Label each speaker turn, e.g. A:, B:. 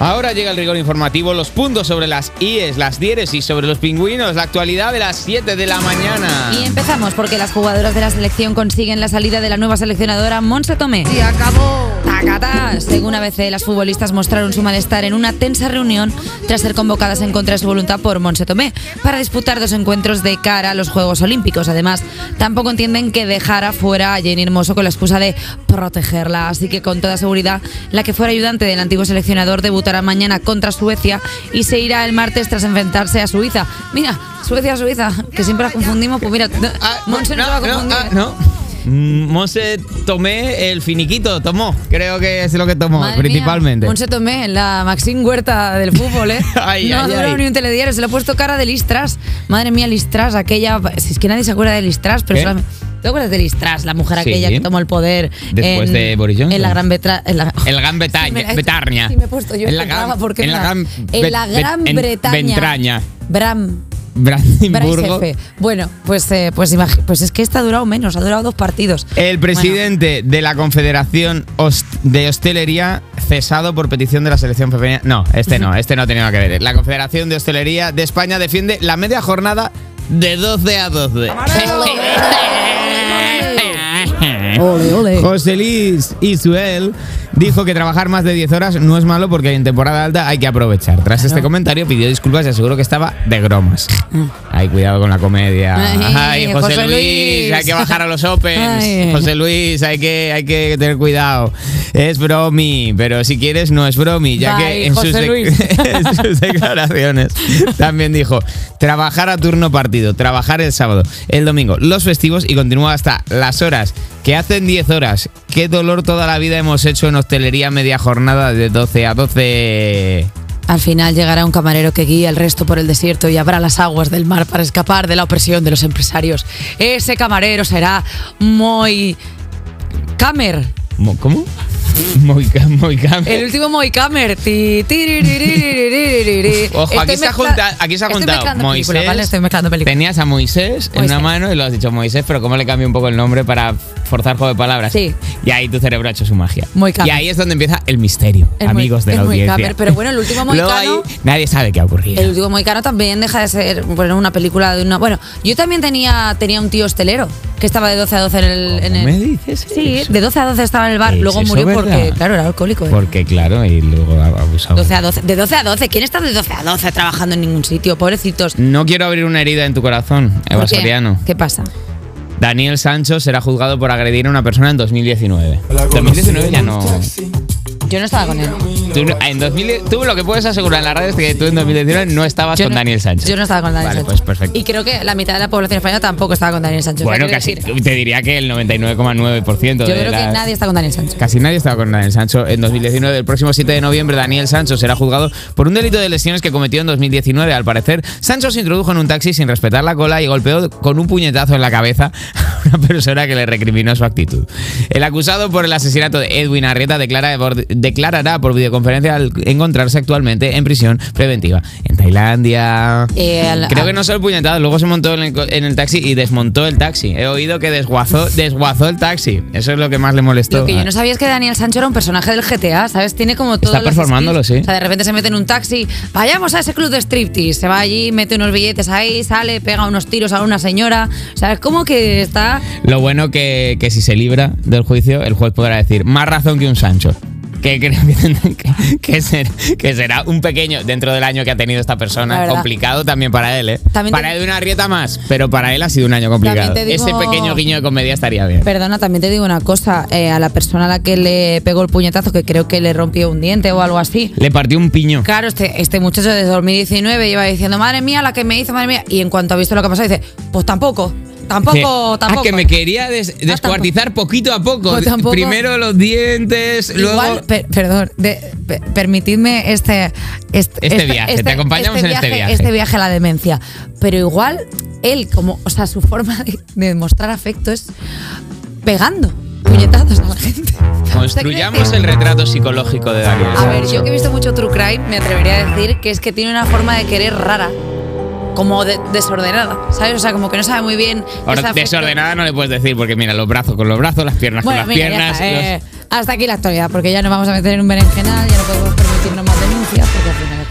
A: Ahora llega el rigor informativo, los puntos sobre las IES, las dieres y sobre los pingüinos, la actualidad de las 7 de la mañana.
B: Y empezamos porque las jugadoras de la selección consiguen la salida de la nueva seleccionadora Monse Tomé.
C: Y acabó.
B: ¡Tacatá! Según ABC, eh, las futbolistas mostraron su malestar en una tensa reunión tras ser convocadas en contra de su voluntad por Monse Tomé para disputar dos encuentros de cara a los Juegos Olímpicos. Además, tampoco entienden que dejara fuera a Jenny Hermoso con la excusa de protegerla. Así que, con toda seguridad, la que fuera ayudante del antiguo seleccionador debutará mañana contra Suecia y se irá el martes tras enfrentarse a Suiza. Mira, Suecia-Suiza, que siempre las confundimos, pues mira,
A: Ah,
B: Monse nos
A: no,
B: va a
A: no,
B: confundir.
A: ah, no. Mm, Monse tomé el finiquito, tomó. Creo que es lo que tomó,
B: Madre mía,
A: principalmente.
B: Montse Tomé, la Maxine Huerta del fútbol, ¿eh?
A: Ay,
B: no
A: ay,
B: ha durado
A: ay.
B: ni un telediario, se le ha puesto cara de Listras. Madre mía, Listras, aquella. Si es que nadie se acuerda de Listras, pero
A: ¿Qué?
B: solamente. ¿Te acuerdas de Listras, la mujer
A: Sí.
B: aquella que tomó el poder?
A: Después
B: en,
A: de Boris Johnson.
B: En la Gran Bretaña. En la,
A: El Gran Bretaña.
B: Sí, me la he-
A: Betarnia.
B: sí, me he puesto yo
A: en la
B: esta traba
A: Gran,
B: porque
A: en la
B: me la-
A: Gran,
B: en la
A: Bet-
B: Gran
A: Bet- en-
B: Bretaña.
A: Ventraña.
B: Bram.
A: Brandenburgo.
B: Bryce F. Bueno, pues, eh, pues, imagi- pues es que esta ha durado menos, ha durado dos partidos.
A: El presidente de la Confederación Host- de Hostelería cesado por petición de la selección femenina. No, este no, este no ha tenido nada que ver. La Confederación de Hostelería de España defiende la media jornada de 12 a 12.
B: Bueno, ole, ole.
A: José Luis Isuel dijo que trabajar más de 10 horas no es malo porque en temporada alta hay que aprovechar. Tras este comentario pidió disculpas y aseguró que estaba de gromas. Ay, cuidado con la comedia.
B: Mm. Ay,
A: Ay, José,
B: José
A: Luis,
B: Luis.
A: hay que bajar a los Opens.
B: Ay.
A: José Luis, hay que, hay que tener cuidado. Es bromi, pero si quieres no es bromi, ya
B: Bye,
A: que en sus,
B: José
A: dec-
B: Luis.
A: en sus declaraciones también dijo trabajar a turno partido, trabajar el sábado, el domingo, los festivos y continúa hasta las horas, que hacen 10 horas. Qué dolor toda la vida hemos hecho en hostelería media jornada de 12 a 12.
B: Al final llegará un camarero que guía el resto por el desierto y habrá las aguas del mar para escapar de la opresión de los empresarios. Ese camarero será muy... Camer.
A: Mo- ¿Cómo? Muy, ca- muy ca-
B: El último Moy Camer. Ti, ti, ri, ri, ri, ri, ri, ri, ri.
A: Ojo,
B: Estoy
A: aquí se, ha
B: mezcla-
A: junta- aquí se ha
B: Estoy
A: juntado
B: mezclando películas,
A: Moisés.
B: ¿vale? Estoy mezclando películas.
A: Tenías a Moisés, en una
B: Moisés.
A: mano y lo has dicho Moisés, pero ¿cómo le cambio un poco el nombre para forzar juego de palabras?
B: Sí.
A: Y ahí tu cerebro ha hecho su magia.
B: Muy
A: y
B: camer.
A: ahí es donde empieza el misterio,
B: El muy-
A: amigos de
B: el
A: la
B: muy
A: audiencia.
B: camer, pero bueno, el último
A: Luego
B: moicano-
A: ahí nadie sabe qué ha ocurrido.
B: El último Moicano también deja de ser bueno, una película de una... Bueno, yo también tenía, tenía un tío hostelero que estaba de 12 a 12 en el... en el-
A: ¿Me dices?
B: Sí,
A: eso?
B: de 12 a 12 estaba en el bar,
A: ¿Es
B: luego
A: eso
B: murió porque,
A: verdad?
B: claro, era alcohólico. ¿eh?
A: Porque claro, y luego ha abusado.
B: 12 a 12. De 12 a 12. ¿Quién está de 12 a 12 trabajando en ningún sitio? Pobrecitos.
A: No quiero abrir una herida en tu corazón, Eva
B: ¿Por qué?
A: Soriano.
B: ¿Qué pasa?
A: Daniel Sancho será juzgado por agredir a una persona en 2019. 2019 ya no.
B: Yo no estaba con él.
A: Tú, no- en 2000 tú lo que puedes asegurar en la radio es que tú en 2019 no estabas
B: Yo
A: con
B: no-
A: Daniel Sánchez.
B: Yo no estaba con Daniel
A: Vale,
B: Sánchez.
A: pues perfecto.
B: Y creo que la mitad de la población española tampoco estaba con Daniel Sánchez.
A: bueno,
B: O sea,
A: casi
B: quiero decir,
A: te diría que el 99,9% de
B: Yo creo que
A: las-
B: nadie está con Daniel Sánchez.
A: Casi nadie estaba con Daniel Sancho. En 2019, el próximo 7 de noviembre, Daniel Sancho será juzgado por un delito de lesiones que cometió en 2019. Al parecer, Sancho se introdujo en un taxi sin respetar la cola y golpeó con un puñetazo en la cabeza a una persona que le recriminó su actitud. El acusado por el asesinato de Edwin Arrieta declara- por- declarará por videoconferencia al encontrarse actualmente en prisión preventiva en Tailandia.
B: Eh, al-
A: Creo
B: a-
A: que no solo puñetadas, luego se montó en el, co- en el taxi y desmontó el taxi. He oído que desguazó, desguazó el taxi. Eso es lo que más le molestó.
B: Lo que yo
A: Ah.
B: no sabía es que Daniel Sancho era un personaje del GTA, ¿sabes? Tiene como todo.
A: performándolo, sí.
B: O sea, de repente se mete en un taxi, vayamos a ese club de striptease, se va allí, mete unos billetes ahí, sale, pega unos tiros a una señora. O sea, es como que está.
A: Lo bueno que, que si se libra del juicio, el juez podrá decir más razón que un Sancho. Que creo que, tendrán que- que ser- que será un pequeño dentro del año que ha tenido esta
B: La
A: persona.
B: verdad.
A: Complicado también para él, ¿eh?
B: También te-
A: para él una rieta más, pero para él ha sido un año complicado.
B: También te digo-
A: Ese pequeño guiño de comedia estaría bien.
B: Perdona, también te digo una cosa, eh, a la persona a la que le pegó el puñetazo, que creo que le rompió un diente o algo así.
A: Le partió un piño.
B: Claro, este, este muchacho desde 2019 lleva diciendo, madre mía, la que me hizo, madre mía. Y en cuanto ha visto lo que ha pasado, dice, pues tampoco,
A: Dice,
B: tampoco,
A: "Ah,
B: tampoco.
A: que me quería des- descuartizar poquito a poco.
B: Pues tampoco.
A: Primero los dientes, luego.
B: Igual, per- perdón, de- pe- permitidme este,
A: Este viaje, te acompañamos en este viaje.
B: Este viaje a la demencia. Pero igual, él, como, o sea, su forma de, de mostrar afecto es pegando puñetazos a la gente. O sea, quiero
A: Construyamos
B: decir-
A: el retrato psicológico de Daniel.
B: A ver, yo que he visto mucho True Crime, me atrevería a decir que es que tiene una forma de querer rara. Como de- desordenada, ¿sabes? O sea, como que no sabe muy bien.
A: Ahora,
B: ese afecto.
A: desordenada no le puedes decir, porque mira, los brazos con los brazos, las piernas
B: Bueno,
A: con las
B: mira, ya
A: piernas.
B: está,
A: los-
B: eh, hasta aquí la actualidad, porque ya nos vamos a meter en un berenjenal, ya no podemos permitirnos más de